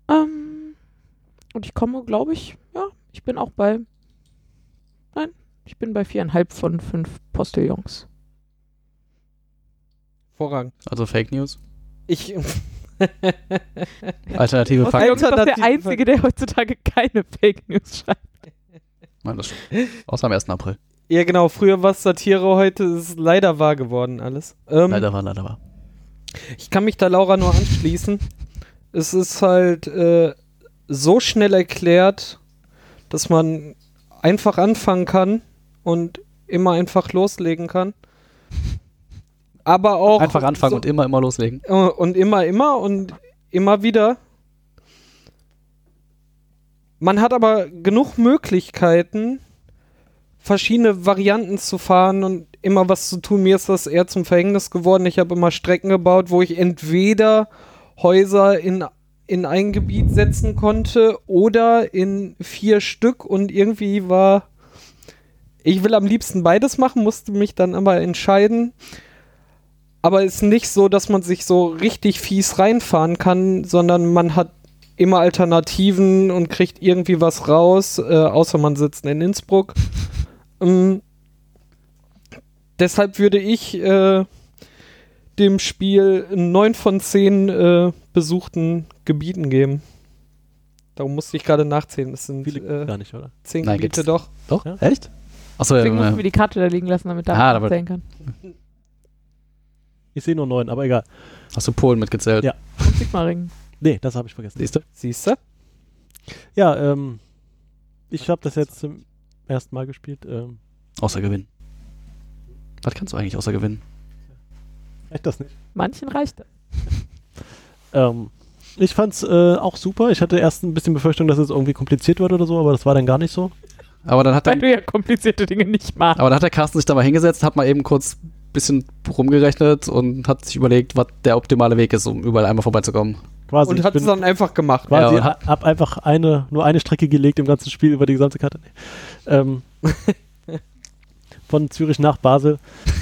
Speaker 4: Ähm, und ich komme, glaube ich, ja, ich bin auch bei. Nein, ich bin bei viereinhalb von fünf Postillons.
Speaker 2: Vorrang.
Speaker 3: Also Fake News.
Speaker 2: Ich.
Speaker 3: Alternative Fakten.
Speaker 4: Postillons ist doch der
Speaker 2: Alternative-
Speaker 4: Einzige, der heutzutage keine Fake News schreibt.
Speaker 3: Nein, das stimmt. Außer am 1. April.
Speaker 2: ja, genau. Früher war es Satire, heute ist leider wahr geworden alles. Ähm,
Speaker 3: Leider war, leider war.
Speaker 2: Ich kann mich da Laura nur anschließen. es ist halt äh, so schnell erklärt, dass man einfach anfangen kann und immer einfach loslegen kann. Aber auch
Speaker 3: Einfach anfangen
Speaker 2: so,
Speaker 3: und immer, immer loslegen.
Speaker 2: äh, und immer, immer und immer wieder. Man hat aber genug Möglichkeiten, verschiedene Varianten zu fahren und immer was zu tun. Mir ist das eher zum Verhängnis geworden. Ich habe immer Strecken gebaut, wo ich entweder Häuser in, in ein Gebiet setzen konnte oder in vier Stück und irgendwie war. Ich will am liebsten beides machen, musste mich dann aber entscheiden. Aber es ist nicht so, dass man sich so richtig fies reinfahren kann, sondern man hat immer Alternativen und kriegt irgendwie was raus, äh, außer man sitzt in Innsbruck. ähm, deshalb würde ich äh, dem Spiel 9 von 10 äh, besuchten Gebieten geben. Darum musste ich gerade nachzählen. Es sind
Speaker 1: Viele
Speaker 2: äh,
Speaker 1: gar nicht, oder?
Speaker 2: 10
Speaker 3: Nein,
Speaker 2: Gebiete
Speaker 3: gibt's-
Speaker 2: doch.
Speaker 3: Doch?
Speaker 1: Ja.
Speaker 3: Echt? Achso,
Speaker 4: Deswegen
Speaker 3: ja,
Speaker 4: müssen wir die Karte da liegen lassen, damit
Speaker 3: Ah,
Speaker 4: da
Speaker 3: aber-
Speaker 4: was zählen kann.
Speaker 1: Ich sehe nur neun, aber egal.
Speaker 3: hast du Polen mitgezählt.
Speaker 1: Ja.
Speaker 4: Und Sigmaringen.
Speaker 1: Nee, das habe ich vergessen.
Speaker 3: Siehst du?
Speaker 2: Siehst du?
Speaker 1: Ja, ähm, ich habe das jetzt zum ersten Mal gespielt. Ähm,
Speaker 3: Außer gewinnen. Was kannst du eigentlich außer gewinnen?
Speaker 1: echt das nicht.
Speaker 4: Manchen reicht das.
Speaker 1: Ähm, ich fand's äh, auch super. Ich hatte erst ein bisschen Befürchtung, dass es irgendwie kompliziert wird oder so, aber das war dann gar nicht so.
Speaker 3: Aber dann hat
Speaker 4: Weil
Speaker 3: der,
Speaker 4: du ja komplizierte Dinge nicht magst.
Speaker 3: aber dann hat der Carsten sich da mal hingesetzt, hat mal eben kurz ein bisschen rumgerechnet und hat sich überlegt, was der optimale Weg ist, um überall einmal vorbeizukommen.
Speaker 1: Quasi.
Speaker 2: Und
Speaker 1: Also ich
Speaker 2: hat es
Speaker 1: bin
Speaker 2: dann einfach gemacht.
Speaker 1: quasi
Speaker 3: Ja, und
Speaker 1: ha- hab einfach eine, nur eine Strecke gelegt im ganzen Spiel über die gesamte Karte. Nee. Ähm, von Zürich nach Basel.
Speaker 2: Aber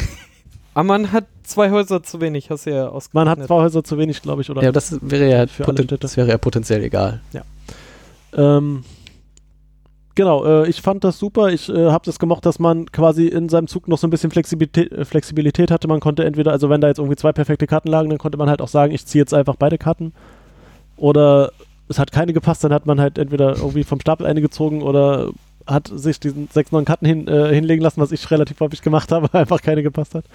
Speaker 2: Ah, man hat zwei Häuser zu wenig, hast du ja
Speaker 1: Man
Speaker 2: ausgerechnet.
Speaker 1: hat zwei Häuser zu wenig, glaube ich, oder?
Speaker 3: Ja, das wäre ja,
Speaker 1: Für alle
Speaker 3: poten-
Speaker 1: Städte.
Speaker 3: das wäre ja potenziell egal.
Speaker 1: Ähm, genau, äh, ich fand das super. Ich äh, habe das gemocht, dass man quasi in seinem Zug noch so ein bisschen Flexibilität, äh, Flexibilität hatte. Man konnte entweder, also wenn da jetzt irgendwie zwei perfekte Karten lagen, dann konnte man halt auch sagen, ich ziehe jetzt einfach beide Karten. Oder es hat keine gepasst, dann hat man halt entweder irgendwie vom Stapel eine gezogen oder hat sich diesen sechs neuen Karten hin, äh, hinlegen lassen, was ich relativ häufig gemacht habe, weil einfach keine gepasst hat.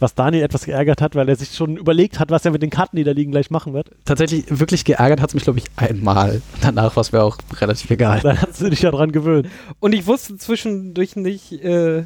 Speaker 1: Was Daniel etwas geärgert hat, weil er sich schon überlegt hat, was er mit den Karten, die da liegen, gleich machen wird.
Speaker 3: Tatsächlich, wirklich geärgert hat es mich, glaube ich, einmal. Danach war es mir auch relativ egal.
Speaker 1: Dann hast du dich ja dran gewöhnt.
Speaker 2: Und ich wusste zwischendurch nicht, äh,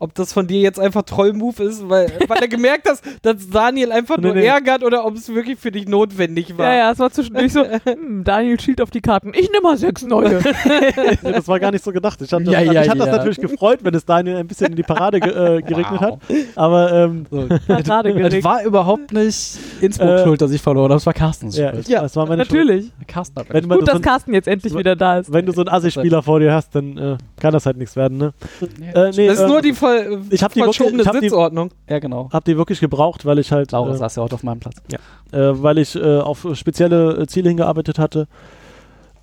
Speaker 2: ob das von dir jetzt einfach Trollmove ist, weil, weil er gemerkt hast, dass Daniel einfach
Speaker 1: Nee,
Speaker 2: nur
Speaker 1: nee.
Speaker 2: ärgert oder ob es wirklich für dich notwendig war.
Speaker 4: Ja, ja, es war zwischendurch so, hm, Daniel schielt auf die Karten. Ich nehme mal sechs neue.
Speaker 1: Ja, das war gar nicht so gedacht. Ich hatte,
Speaker 3: Ja,
Speaker 1: also
Speaker 3: ja,
Speaker 1: ich hatte
Speaker 3: ja.
Speaker 1: das natürlich gefreut, wenn es Daniel ein bisschen in die Parade ge äh, geregnet
Speaker 3: Wow.
Speaker 1: hat. Aber ähm,
Speaker 4: Gerade
Speaker 3: Es
Speaker 4: gelegt.
Speaker 3: war überhaupt nicht Innsbruck
Speaker 1: Äh,
Speaker 3: schuld, dass ich verloren habe. Es war Carstens
Speaker 1: ja,
Speaker 3: Schuld.
Speaker 1: ich, das war meine Schuld.
Speaker 4: Natürlich.
Speaker 3: Carsten hat
Speaker 1: Wenn, man
Speaker 4: Gut,
Speaker 1: so
Speaker 4: dass
Speaker 1: ein,
Speaker 4: Carsten jetzt endlich wieder da ist.
Speaker 1: wenn du so einen Assi-Spieler vor dir hast, dann äh, kann das halt nichts werden. Ne?
Speaker 3: Nee.
Speaker 1: Äh, nee,
Speaker 2: Das ist
Speaker 1: ähm,
Speaker 2: nur die ver
Speaker 1: ich hab die wirklich-
Speaker 2: verschobene
Speaker 1: ich hab die-
Speaker 2: Sitzordnung.
Speaker 3: ja, genau.
Speaker 1: Hab die wirklich gebraucht, weil ich halt,
Speaker 3: Laura
Speaker 1: äh,
Speaker 3: saß ja heute auf meinem Platz.
Speaker 1: äh, weil ich äh, auf spezielle äh, Ziele hingearbeitet hatte.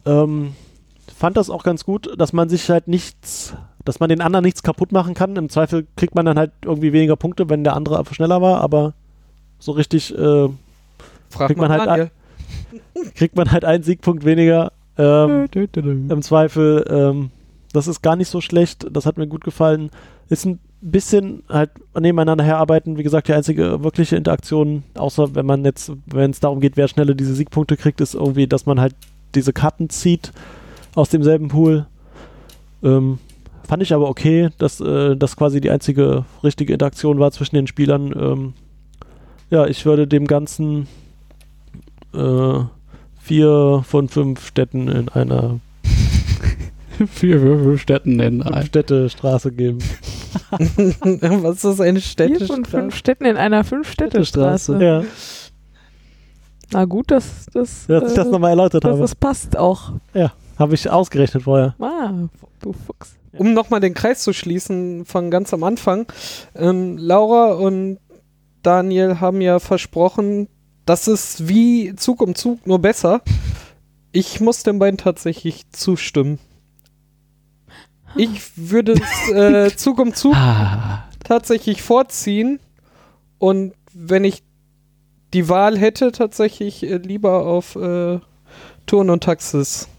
Speaker 1: Ähm, fand das auch ganz gut, dass man sich halt nichts, dass man den anderen nichts kaputt machen kann. Im Zweifel kriegt man dann halt irgendwie weniger Punkte, wenn der andere einfach schneller war. Aber so richtig äh,
Speaker 2: Frag
Speaker 1: Kriegt
Speaker 2: mal
Speaker 1: man halt
Speaker 2: Daniel.
Speaker 1: kriegt man halt einen Siegpunkt weniger. Ähm,
Speaker 4: Mhm.
Speaker 1: Im Zweifel, ähm, das ist gar nicht so schlecht. Das hat mir gut gefallen. Ist ein bisschen halt nebeneinander herarbeiten. Wie gesagt, die einzige wirkliche Interaktion, außer wenn man jetzt, wenn es darum geht, wer schneller diese Siegpunkte kriegt, ist irgendwie, dass man halt diese Karten zieht aus demselben Pool. Ähm, fand ich aber okay, dass äh, das quasi die einzige richtige Interaktion war zwischen den Spielern. Ähm, ja, ich würde dem Ganzen äh, vier von fünf Städten in einer
Speaker 3: Vier Würfelstätten in
Speaker 1: fünf Städte Straße geben.
Speaker 2: Was ist eine
Speaker 4: Vier von fünf
Speaker 2: Städtestraße?
Speaker 4: Städten in einer Fünf-Städte-Straße.
Speaker 1: Ja,
Speaker 4: Na gut, dass das, äh,
Speaker 1: dass ich das nochmal erläutert
Speaker 4: dass
Speaker 1: habe.
Speaker 4: das passt auch.
Speaker 1: Habe ich ausgerechnet vorher.
Speaker 4: Ah, du Fuchs.
Speaker 2: Um nochmal den Kreis zu schließen von ganz am Anfang. Ähm, Laura und Daniel haben ja versprochen, das ist wie Zug um Zug, nur besser. Ich muss den beiden tatsächlich zustimmen. Ich würde es, äh, Zug um Zug
Speaker 3: Ah,
Speaker 2: tatsächlich vorziehen und wenn ich die Wahl hätte, tatsächlich äh, lieber auf äh, Touren und Taxis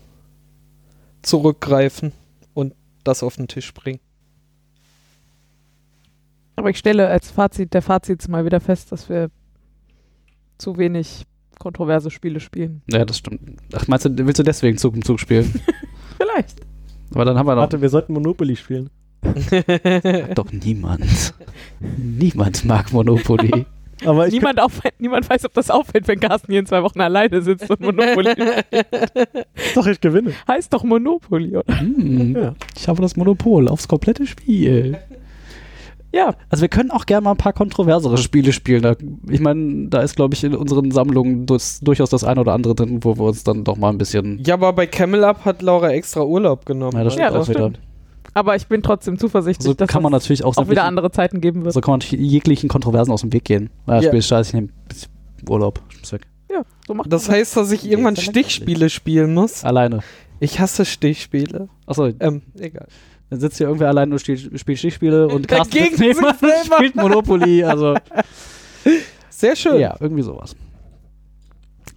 Speaker 2: zurückgreifen und das auf den Tisch bringen.
Speaker 4: Aber ich stelle als Fazit der Fazits mal wieder fest, dass wir zu wenig kontroverse Spiele spielen.
Speaker 3: Ja, das stimmt. Ach, meinst du, willst du deswegen Zug um Zug spielen?
Speaker 4: Vielleicht.
Speaker 3: Aber dann haben wir noch.
Speaker 1: Warte, wir sollten Monopoly spielen.
Speaker 3: Doch niemand. niemand mag Monopoly.
Speaker 1: Aber ich
Speaker 4: Niemand, auffällt, niemand weiß, ob das auffällt, wenn Carsten hier in zwei Wochen alleine sitzt und Monopoly.
Speaker 1: kann doch, ich gewinne.
Speaker 4: heißt doch Monopoly, oder?
Speaker 3: Hm,
Speaker 1: Ja.
Speaker 3: Ich habe das Monopol aufs komplette Spiel.
Speaker 4: Ja,
Speaker 3: Also wir können auch gerne mal ein paar kontroversere Spiele spielen. Da, ich meine, da ist, glaube ich, in unseren Sammlungen das, durchaus das eine oder andere drin, wo wir uns dann doch mal ein bisschen...
Speaker 2: Ja, aber bei Camel Up hat Laura extra Urlaub genommen. ne?
Speaker 3: Ja, das stimmt
Speaker 4: das
Speaker 3: auch wieder.
Speaker 4: stimmt. aber ich bin trotzdem zuversichtlich,
Speaker 3: So
Speaker 4: dass
Speaker 3: kann man
Speaker 4: das
Speaker 3: natürlich auch,
Speaker 4: auch wieder
Speaker 3: sämtlichen-
Speaker 4: andere Zeiten geben wird.
Speaker 3: So kann man jeglichen Kontroversen aus dem Weg gehen. Ja,
Speaker 2: Ja.
Speaker 3: Spiel ist scheiße, ich nehme Urlaub. Ist weg.
Speaker 4: ja, so macht
Speaker 2: Das
Speaker 4: man
Speaker 2: heißt, dass ich irgendwann
Speaker 3: Jetzt aber
Speaker 2: Stichspiele spielen muss.
Speaker 3: Alleine.
Speaker 2: Ich hasse Stichspiele.
Speaker 3: Achso,
Speaker 2: Ähm, egal.
Speaker 3: dann sitzt hier irgendwer allein und spielt, spielt Stichspiele und
Speaker 2: Der
Speaker 3: Carsten sitzt
Speaker 2: Gegner
Speaker 3: nebenan und
Speaker 2: sitzt selber.
Speaker 3: spielt Monopoly. Also,
Speaker 2: Sehr schön.
Speaker 3: ja, irgendwie sowas.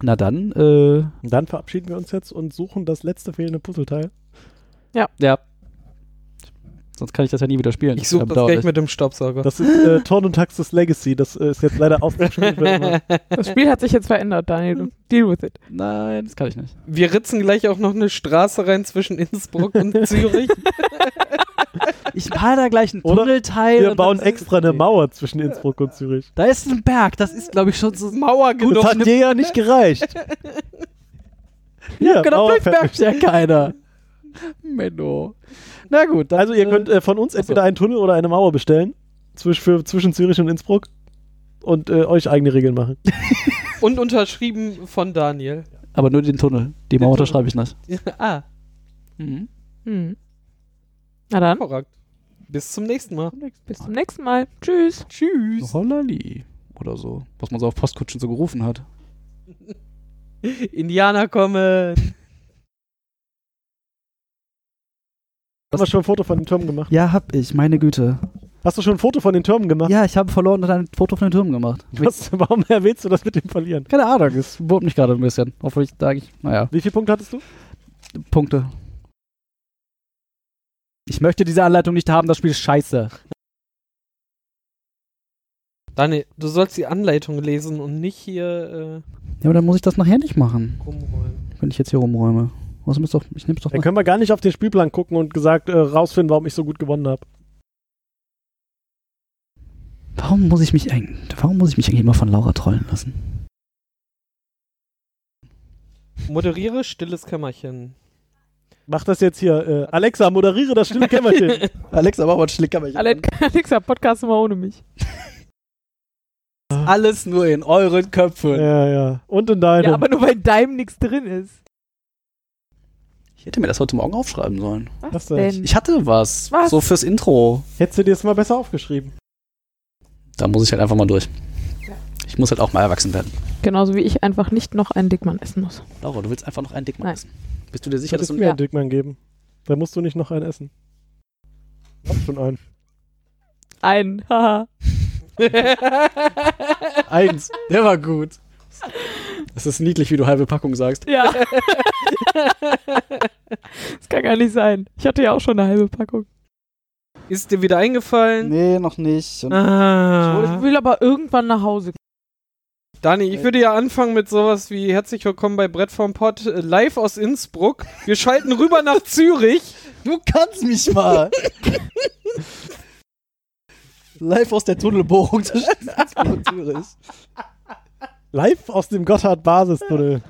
Speaker 3: Na dann, äh,
Speaker 1: Und dann verabschieden wir uns jetzt und suchen das letzte fehlende Puzzleteil.
Speaker 3: ja. Sonst kann ich das ja nie wieder spielen.
Speaker 2: Ich suche
Speaker 3: Ja,
Speaker 2: das
Speaker 3: dauert
Speaker 2: gleich
Speaker 3: nicht.
Speaker 2: mit dem Staubsauger.
Speaker 1: Das ist äh, Torn und Taxis Legacy. Das äh, ist jetzt leider ausgespielt. für immer.
Speaker 4: das. das Spiel hat sich jetzt verändert, Daniel.
Speaker 3: Hm.
Speaker 4: Deal with it.
Speaker 3: Nein, das kann ich nicht.
Speaker 2: Wir ritzen gleich auch noch eine Straße rein zwischen Innsbruck und Zürich.
Speaker 3: Ich mal da gleich einen
Speaker 1: Oder
Speaker 3: Tunnelteil.
Speaker 1: Wir
Speaker 3: und
Speaker 1: bauen
Speaker 3: dann-
Speaker 1: extra eine Mauer zwischen Innsbruck und Zürich.
Speaker 3: Da ist ein Berg, das ist, glaube ich, schon so.
Speaker 2: Mauer
Speaker 1: Das
Speaker 2: genug.
Speaker 1: hat dir ja nicht gereicht. Ja,
Speaker 3: Genau,
Speaker 1: Mauer
Speaker 3: das merkt ja keiner. Menno. Na gut, dann,
Speaker 1: Also ihr
Speaker 3: äh,
Speaker 1: könnt äh, von uns entweder einen Tunnel oder eine Mauer bestellen zwisch, für, zwischen Zürich und Innsbruck und äh, euch eigene Regeln machen.
Speaker 2: Und unterschrieben von Daniel.
Speaker 3: Aber nur den Tunnel. Die Mauer
Speaker 2: Tunnel.
Speaker 3: unterschreibe ich nicht.
Speaker 2: ah,
Speaker 3: Mhm.
Speaker 4: Hm. Na
Speaker 3: Oh.
Speaker 4: dann,
Speaker 2: hervorragend. Bis zum nächsten Mal.
Speaker 4: bis zum nächsten Mal. Tschüss.
Speaker 2: Tschüss.
Speaker 3: Hollali. Oder so. Was man so auf Postkutschen so gerufen hat.
Speaker 2: Indianer kommen.
Speaker 1: Hast du schon ein Foto von den Türmen gemacht?
Speaker 3: Ja, hab ich. Meine Güte.
Speaker 1: Hast du schon ein Foto von den Türmen gemacht?
Speaker 3: Ja, ich habe verloren und ein Foto von den Türmen gemacht.
Speaker 1: Was, warum erwähnst du das mit dem Verlieren?
Speaker 3: Keine Ahnung, es wurmt mich gerade ein bisschen. Obwohl ich sage, ich, naja,
Speaker 1: Wie viele Punkte hattest du?
Speaker 3: Punkte. Ich möchte diese Anleitung nicht haben, das Spiel ist scheiße.
Speaker 2: Daniel, du sollst die Anleitung lesen und nicht hier
Speaker 3: Ja, aber dann muss ich das nachher nicht machen,
Speaker 2: äh, rumholen.
Speaker 3: wenn ich jetzt hier rumräume. Außerdem ist doch, ich nehm's doch
Speaker 1: Dann
Speaker 3: nach.
Speaker 1: können wir gar nicht auf den Spielplan gucken und gesagt äh, rausfinden, warum ich so gut gewonnen habe.
Speaker 3: Warum muss ich mich eigentlich, warum muss ich mich eigentlich immer von Laura trollen lassen?
Speaker 2: Moderiere stilles Kämmerchen.
Speaker 1: Mach das jetzt hier. Äh, Alexa, moderiere das stille Kämmerchen.
Speaker 3: Alexa, mach mal einen Schlickkammerchen.
Speaker 4: Ale- Alexa, Podcast immer ohne mich.
Speaker 3: Alles nur in euren Köpfen.
Speaker 1: ja, ja. Und in deinem.
Speaker 4: Ja, aber nur weil deinem nichts drin ist.
Speaker 3: Ich hätte mir das heute Morgen aufschreiben sollen.
Speaker 4: Was,
Speaker 1: Was denn?
Speaker 4: denn?
Speaker 3: Ich hatte was.
Speaker 4: Was?
Speaker 3: So fürs Intro.
Speaker 1: Hättest du dir das mal besser aufgeschrieben.
Speaker 3: Da muss ich halt einfach mal durch. Ich muss halt auch mal erwachsen werden.
Speaker 4: Genauso wie ich einfach nicht noch einen Dickmann essen muss.
Speaker 3: Laura, du willst einfach noch einen Dickmann
Speaker 4: Nein.
Speaker 3: essen. Bist du dir
Speaker 1: Ich
Speaker 3: sicher, dass
Speaker 1: hätte
Speaker 3: du
Speaker 1: mir
Speaker 4: ja.
Speaker 1: einen Dickmann geben. Da musst du nicht noch einen essen. Ich hab schon einen.
Speaker 4: Ein, haha.
Speaker 3: eins? Der war gut. Es ist niedlich, wie du halbe Packung sagst.
Speaker 4: Ja. das kann gar nicht sein. Ich hatte ja auch schon eine halbe Packung.
Speaker 2: Ist dir wieder eingefallen?
Speaker 3: Nee, noch nicht.
Speaker 4: Ich
Speaker 2: Ah.
Speaker 4: will aber irgendwann nach Hause.
Speaker 2: Dani, ich würde ja anfangen mit sowas wie herzlich willkommen bei Brett vom Pott äh, live aus Innsbruck. Wir schalten rüber nach Zürich.
Speaker 3: Du kannst mich mal. Live aus der Tunnelbohrung zwischen Zürich.
Speaker 1: Live aus dem Gotthard-Basistunnel.